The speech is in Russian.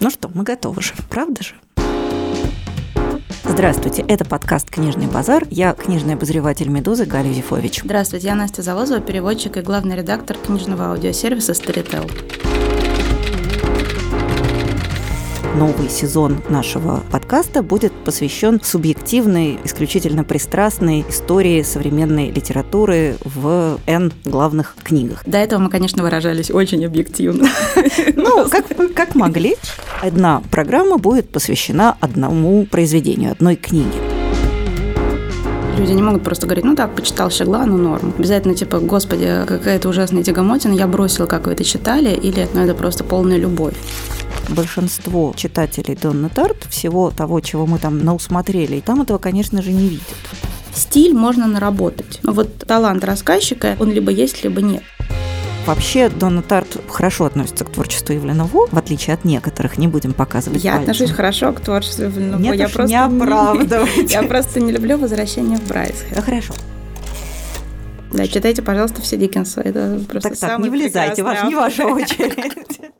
Ну что, мы готовы же, правда же? Здравствуйте, это подкаст «Книжный базар». Я книжный обозреватель «Медузы» Галя Зифович. Здравствуйте, я Настя Завозова, переводчик и главный редактор книжного аудиосервиса «Старител». Новый сезон нашего подкаста будет посвящен субъективной, исключительно пристрастной истории современной литературы в N главных книгах. До этого мы, конечно, выражались очень объективно. Ну, как, как могли. Одна программа будет посвящена одному произведению, одной книге. Люди не могут просто говорить, ну так, почитал Щегла, ну норм. Обязательно типа, господи, какая-то ужасная тягомотина, я бросил, как вы это читали, или ну это просто полная любовь большинство читателей Донна Тарт, всего того, чего мы там наусмотрели, там этого, конечно же, не видят. Стиль можно наработать. Но вот талант рассказчика, он либо есть, либо нет. Вообще, Донна Тарт хорошо относится к творчеству Евленову, в отличие от некоторых, не будем показывать Я пальцем. отношусь хорошо к творчеству Евленову. Нет, я просто не оправдывайте. Я просто не люблю «Возвращение в Брайсхед». Хорошо. Да, читайте, пожалуйста, все Диккенса. Это просто так, так, не влезайте, ваш, не ваша очередь.